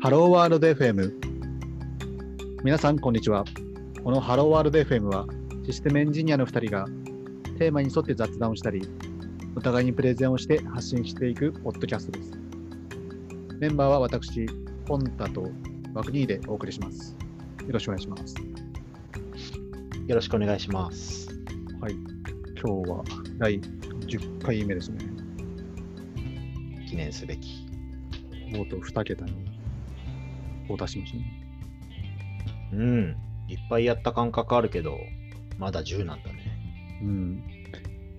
ハローワールド FM 皆さんこんにちはこのハローワールド FM はシステムエンジニアの2人がテーマに沿って雑談をしたりお互いにプレゼンをして発信していくポッドキャストですメンバーは私ポンタとワクニーでお送りしますよろしくお願いしますよろしくお願いします。はい今日は第10回目ですね記念すべき。とうとう2桁に到達しましたねうん。いっぱいやった感覚あるけど、まだ10なんだね。うん。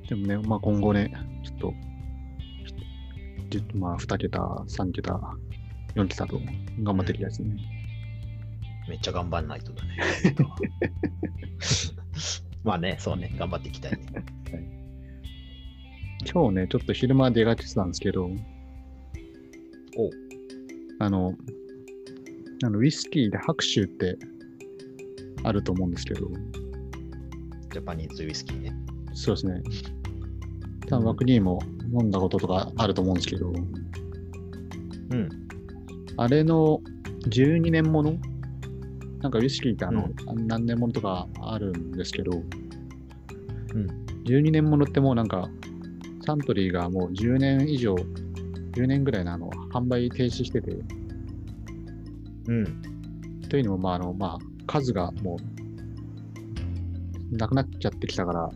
でもね、まあ、今後ね、ちょっと、ちょっとまあ、2桁、3桁、4桁と頑張っていきたいですね。めっちゃ頑張んないとだね。まあね、そうね、頑張っていきたいね。今日ね、ちょっと昼間出がけてたんですけど、おうあの、あのウイスキーで白州ってあると思うんですけど、ジャパニーズウイスキーね。そうですね。多分、枠にも飲んだこととかあると思うんですけど、うん。あれの12年ものなんかウイスキーってあの、何年ものとかあるんですけど、うん。 12年ものってもうなんか、サントリーがもう10年以上、10年ぐらいのあの販売停止してて、うん。というのも、まああのまあ、数がもう、なくなっちゃってきたから、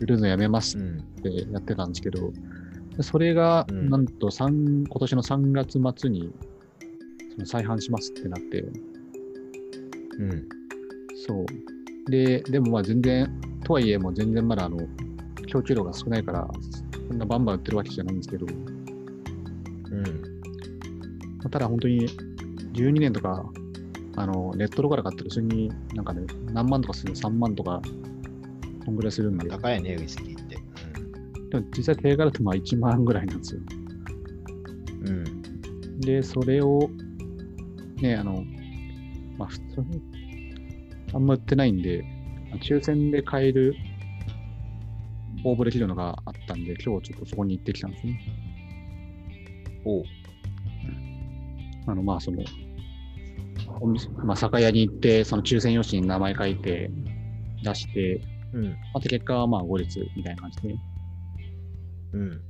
売るのやめますうっん。てやってたんですけど、それが、うんなんと三、今年の3月末に、その再販しますってなって、うん。そう。で、でもまあ全然、とはいえもう全然まだあの、供給量が少ないから、そんなバンバン売ってるわけじゃないんですけど、うん。まあただ本当に12年とか、あの、ネットとかで買ったら、それになんかね、何万とかする、3万とか、こんぐらいするんで、でも高いね、ウイスキーって。実際定価だとまあ1万ぐらいなんですよ。うん。うん。で、それを、ね、あの、まあ普通に、あんま売ってないんで、まあ抽選で買える応募できるのがあったんで、今日ちょっとそこに行ってきたんですね。おう。あの、まあ、その、お店まあ、酒屋に行って、その抽選用紙に名前書いて、出して、うん。あと結果はまあ後日みたいな感じで。うん。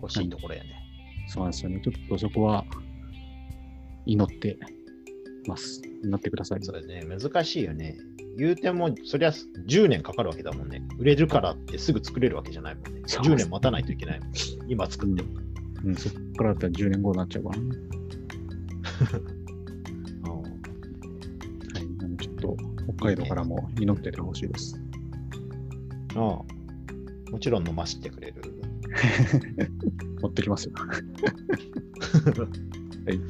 欲しいところやね。そうなんですよね。ちょっとそこは、祈ってます。祈ってください。それね、難しいよね。言うても、そりゃ10年かかるわけだもんね。売れるからってすぐ作れるわけじゃないもんね。そう10年待たないといけないもん。今作っても。うん、そっからだったら10年後になっちゃうから、ね。はい。なのでちょっと、北海道からも祈っててほしいです。ああもちろん飲ませてくれる。持ってきますよ。はい。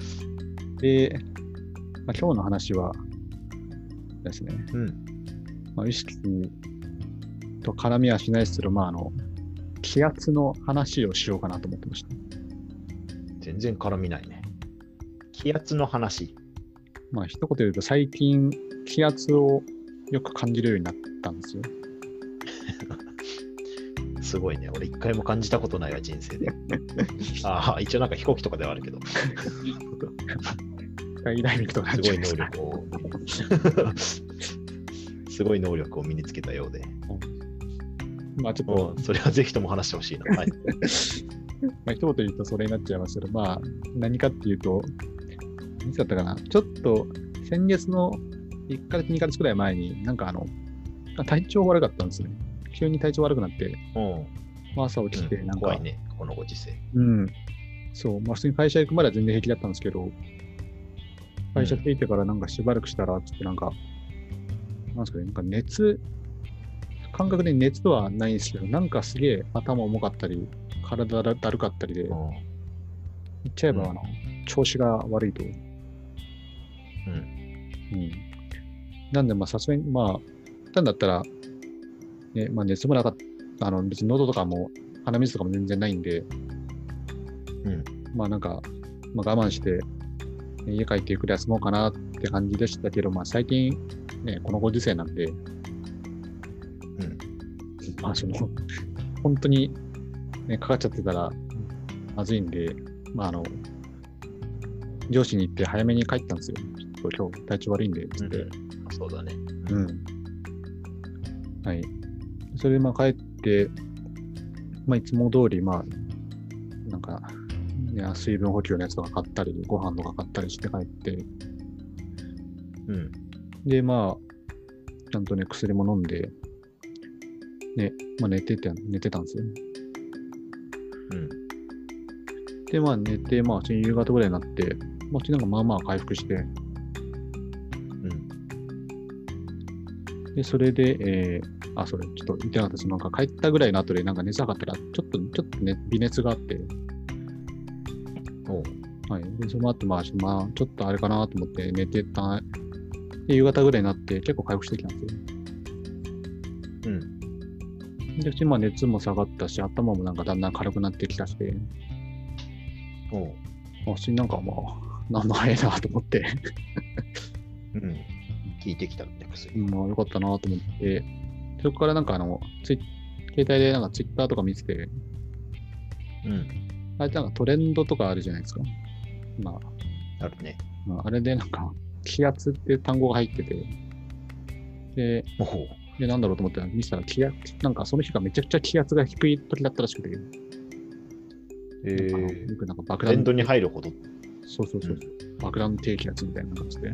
で、まあ、今日の話はですね、うん。まあ、ウイスキーと絡みはしないですけど、まあ、あの、気圧の話をしようかなと思ってました。全然絡みないね。気圧の話。まあ、一言で言うと、最近、気圧をよく感じるようになったんですよ。すごいね。俺一回も感じたことないわ、人 生で。ああ、一応なんか飛行機とかではあるけど。ダイナミックとかすになっちごゃいいま能した力を。すごい能力を身につけたようで。まあ、ちょっと、うん、それはぜひとも話してほしいな。はい。まあ、一言で言うとそれになっちゃいますけど、まあ、何かっていうと、いつだったかな、ちょっと先月の1ヶ月、2ヶ月くらい前に、なんかあの、体調悪かったんですね。急に体調悪くなって、うんまあ、朝起きて、なんか、怖いね、このご時世。うん。そう、まあ、普通に会社行くまでは全然平気だったんですけど、会社着いてからなんかしばらくしたら、ちょっとなんか、なんですかね、なんか熱、感覚で熱ではないんですけど、なんかすげえ頭重かったり、体だだるかったりで、う言っんちゃえば、うんあの、調子が悪いと。うんうん。なんで、まあ、さすがに、まあ、なんだったら、ね、まあ、熱もなかった、あの、別に喉とかも、鼻水とかも全然ないんで、うんまあなんか、まあ、我慢して、ね家帰ってゆっくり休もうかなって感じでしたけど、まあ最近、ね、このご時世なんで、うんまあその、本当に、ね、かかっちゃってたら、まずいんで、まああの、上司に言って早めに帰ったんですよ。ちょっと今日体調悪いんで、つって。そうだね。うん。はい。それでまあ帰って、まあいつも通り、まあ、なんか、いや水分補給のやつとか買ったり、ご飯とか買ったりして帰って、うん。でまあ、ちゃんとね、薬も飲んで、ね、まあ寝てて、寝てたんですよ。うん。でまあ寝て、まあうち夕方ぐらいになって、まあうちなんかまあまあ回復して、うん。で、それで、えー、あ、それ、ちょっと言ってなかったです。なんか帰ったぐらいの後で、なんか寝てなかったら、ちょっと、ちょっとね、微熱があって、おう。はい、でその後、まあ、まあ、ちょっとあれかなと思って寝てた。で夕方ぐらいになって結構回復してきたんですよ。うん。で、普通にまあ熱も下がったし、頭もなんかだんだん軽くなってきたして、おう。まあ、普通になんかまあ、なんの早いなと思って、うん。効いてきたって薬。まあよかったなと思って、そこからなんかあの、ツイ携帯でなんかツイッターとか見てて、うん。あれってなんかトレンドとかあるじゃないですか。まあ、あるね。まあ、あれでなんか、気圧って単語が入ってて、で、おう。で、なんだろうと思って見てたら気圧、なんかその日がめちゃくちゃ気圧が低い時だったらしくて、えあのーよ。くなんか爆トレ弾ンドに入るほど。そうそうそう、爆弾低気圧みたいな感じで。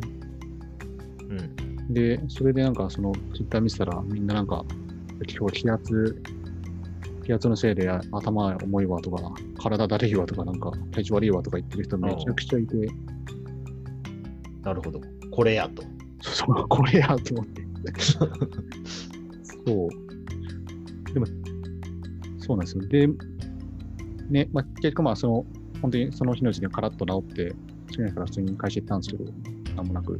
うん。で、それでなんかそのツイッター見てたら、みんななんか、今日気圧、気圧のせいであ頭重いわとか、体だるいわとか、なんか体調悪いわとか言ってる人めちゃくちゃいて、なるほど。これやと。そうそう、これやと思って。そう。でも、そうなんですよ。で、ね、まあ、結局まあ、その、本当にその日のうちにカラッと治って、次の日から普通に会社行ったんですけど、なんもなく。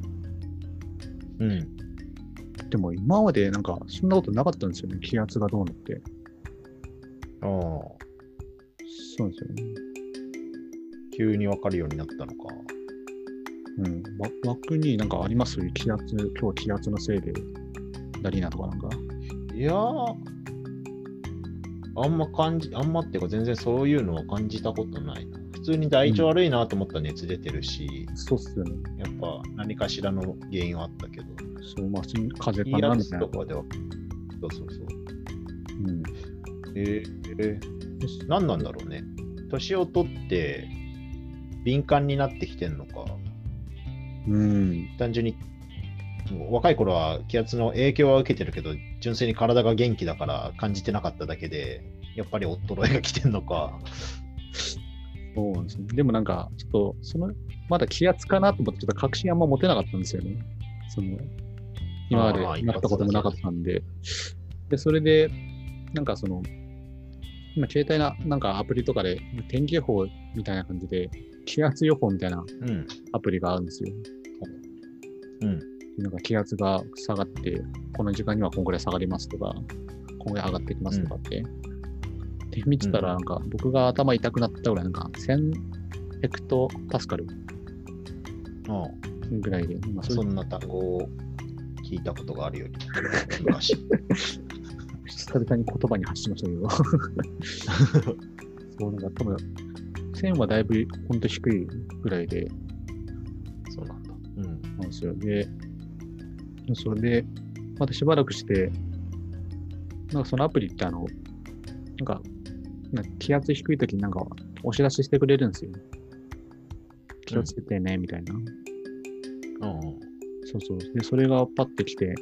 うん。でも今までなんかそんなことなかったんですよね、気圧がどうのって。ああ。そうですよね。急に分かるようになったのか。うん。わ枠になんかあります気圧、今日気圧のせいで、ダリーナとかなんか。いやー、あんま感じ、あんまっていうか全然そういうのは感じたことないな。普通に体調悪いなと思ったら熱出てるし、そうっすよね。やっぱ何かしらの原因はあったけど、そう、まあ、普通に風邪いかないやみたついなと。かでは、そうそうそう。うん。えーえー何なんだろうね。年を取って敏感になってきてんのか、うん。単純にもう若い頃は気圧の影響は受けてるけど、純粋に体が元気だから感じてなかっただけで、やっぱり衰えが来てんのか。そうなんですね。でもなんか、ちょっと、その、まだ気圧かなと思って、ちょっと確信あんま持てなかったんですよね。その、今あまーでなったこともなかったんで。で、それで、なんかその、今、携帯な、なんかアプリとかで、天気予報みたいな感じで、気圧予報みたいなうん。アプリがあるんですよ。うん。なんか気圧が下がって、この時間にはこんぐらい下がりますとか、こんぐらい上がってきますとかって。で、見てたら、なんか、僕が頭痛くなったぐらい、なんか、1000ヘクトパスカルああぐらいで、まあ、そそうんな単語を聞いたことがあるより昔。久々に言葉に発しましたけ ど。そう、なんか、多分1000はだいぶ、ほんと低いぐらいで、 そうなんだ。うん。なんですよ。で、それで、またしばらくして、なんかそのアプリってあの、なんか、なんか気圧低い時になんかお知らせしてくれるんですよ。気をつけてね、みたいな。そうそう。で、それがパッてきて、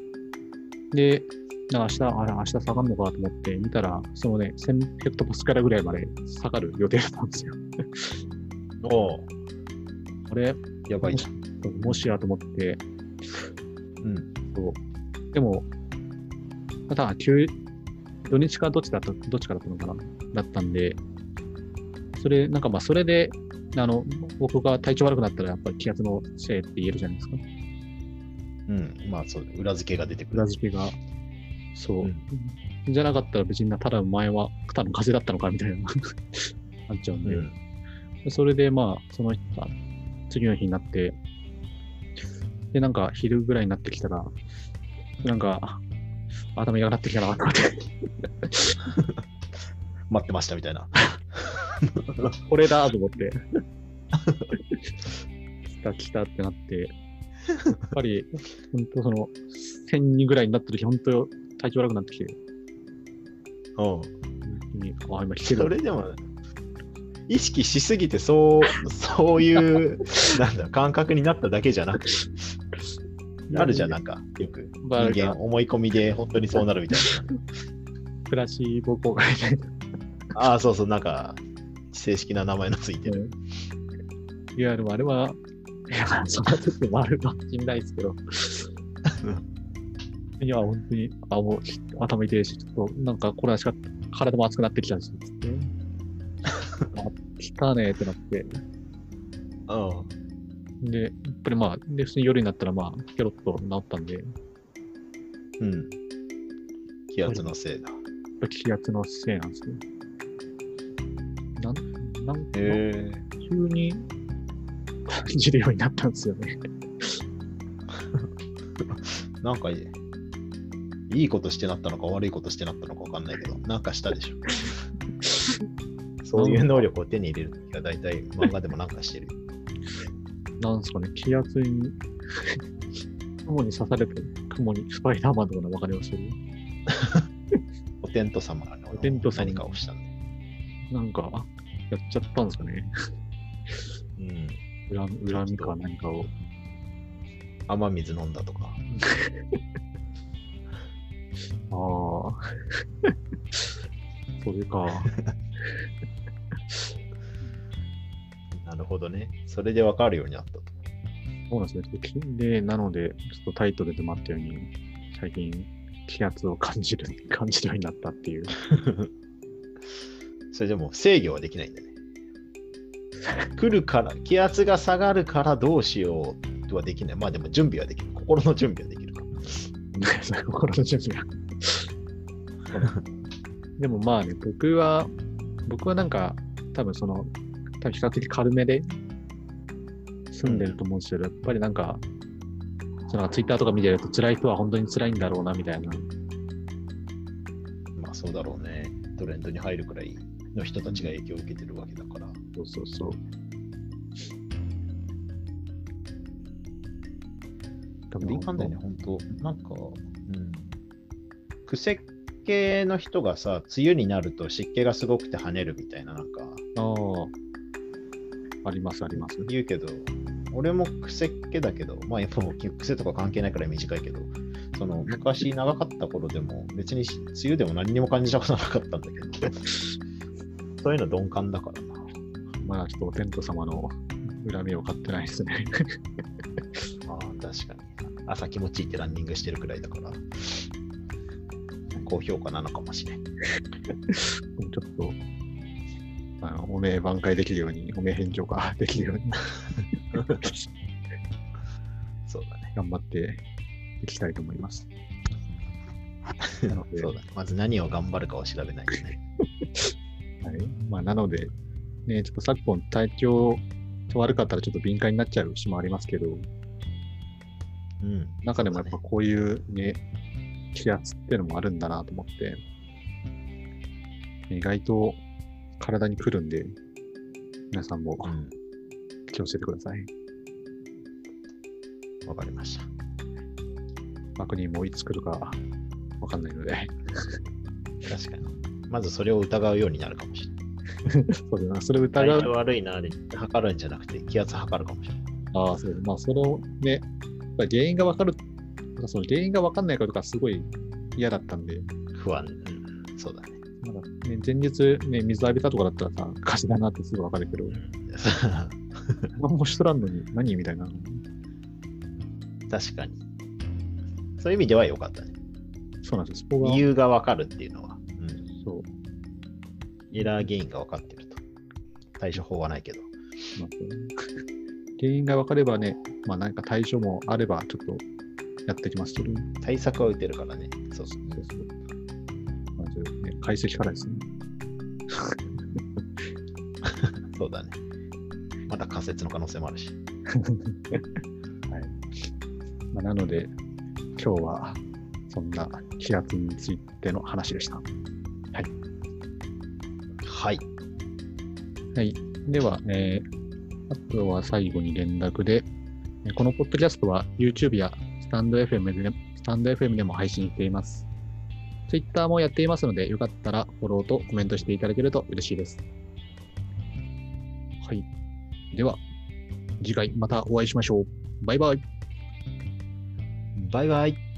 で、なんか明日、あら、明日下がるのかと思って見たら、そのね、1000ヘクトパスカルぐらいまで下がる予定だったんですよ。おお、これ、やばいじゃん。もしやと思って、うん。そう。でも、ただ、急、土日かどっちだった、どっちかだったのかなだったんで、それ、なんかまあ、それで、あの、僕が体調悪くなったら、やっぱり気圧のせいって言えるじゃないですか。うん。まあ、そう、裏付けが出てくる。裏付けが。そう。うんじゃなかったら別にな、ただ前は、ただの風邪だったのかみたいな、 なっちゃうんで。うん。それでまあ、その日あ次の日になって、で、なんか昼ぐらいになってきたら、なんか、あ頭痛くなってきた なと思って、待ってましたみたいな。これだと思って。た 来たってなって、やっぱり、本当その、1000人ぐらいになった時、本当体調悪くなってきて、うん。本当にあ、今来てる。それでも、意識しすぎて、 そう、そういう、なんだ、感覚になっただけじゃなくて、あるじゃん、なんか、よく、人バー間、が思い込みで本当にそうなるみたいプラシーボ効果みたいな。 な。ああ、そうそう、なんか、正式な名前のついてる。いや、でもあれは、 いや、そんな時もあるかもしれないですけど。いや、本当に、あ、もう、頭痛いし、ちょっと、なんか、これはしか、体も熱くなってきたし、来たねってなって、うん。で、やっぱりまあ、で、普通に夜になったら、まあ、ケロッと治ったんで、うん。気圧のせいだ。気圧のせいなんですね。なん、なんか、へえ。急に感じるようになったんですよね。なんかいい、いいことしてなったのか悪いことしてなったのかわかんないけど、なんかしたで しょ。そういう能力を手に入れるときは、大体漫画でもなんかしてる。なんですかね、気圧に、雲に刺されて、雲にスパイダーマンとかの分かりますよね。お天道様のお天道様何かをしたんなんか、あやっちゃったんですかね。で、うん、恨恨みか何かを。雨水飲んだとか、あ あ。 それか。なるほどね。それで分かるようになったと。そうなんですね。で、なので、ちょっとタイトルでもあったように、最近、気圧を感じる、感じるようになったっていう。それでも制御はできないんだ ね。来るから、気圧が下がるからどうしようはできない。まあでも準備はできる。心の準備はできるか。それ心の準備が。でもまあね、僕は、僕はなんか、多分その、多分比較的軽めで住んでると思うんですけど、やっぱりなんか、そのツイッターとか見てると辛い人は本当に辛いんだろうなみたいな。まあそうだろうね。トレンドに入るくらいの人たちが影響を受けてるわけだから。そうそうそう。多敏感だよね、。本当なんか、うん。癖系の人がさ、梅雨になると湿気がすごくて跳ねるみたいな、なんか、ああ。ありますあります。言うけど、俺も癖っ気だけど、まあ、やっぱもう癖とか関係ないくらい短いけど、その昔長かった頃でも、別に梅雨でも何にも感じたことなかったんだけど、 そういうの鈍感だからな。まあちょっとお天道様の恨みを買ってないですね。まあ、確かに。朝気持ちいいってランニングしてるくらいだから、高評価なのかもしれん。ちょっと、あのおめえ挽回できるように、おめえ返上が できるようにそうだね。頑張っていきたいと思います。なので、そうだね。まず何を頑張るかを調べないとね。はいまあ、なので、ね、ちょっと昨今、体調悪かったらちょっと敏感になっちゃう節もありますけど、うん。中でもやっぱこういうね、気圧ってのもあるんだなと思って、意外と体に来るんで、皆さんもうん。気をつけてください。わかりました。確認もいつ来るかわかんないので。 確かに。まずそれを疑うようになるかもしれない。そうだな、それを疑体う調。悪いなで測るんじゃなくて気圧測るかもしれない。ああ、そうだまあ、それをね、やっぱり原因が分かる、なんかその原因が分かんないかとか、すごい嫌だったんで、不安。うん、そうだね。 なんかね、前日、ね、水浴びたとかだったらさ、火事だなってすぐ分かるけど、何もしとらんのに何みたいな。確かに。そういう意味では良かったね。そうなんですよ、そこが理、由が分かるっていうのは、うん、そうエラー原因が分かってると。対処法はないけど。そうなんですよね原因が分かればね、まあ、なんか対処もあれば、ちょっとやってきますけど、対策は打てるからね。そうそう。そうそうまず、ね、解析からですね。そうだね。また仮説の可能性もあるし。はいまあ、なので、今日はそんな気圧についての話でした。ははい。い、では、えーあとは最後に連絡で、えこのポッドキャストは YouTube やスタンド FM でスタンド FM でも配信しています。Twitter もやっていますので、よかったらフォローとコメントしていただけると嬉しいです。はい。では、次回またお会いしましょう。バイバイ。バイバイ。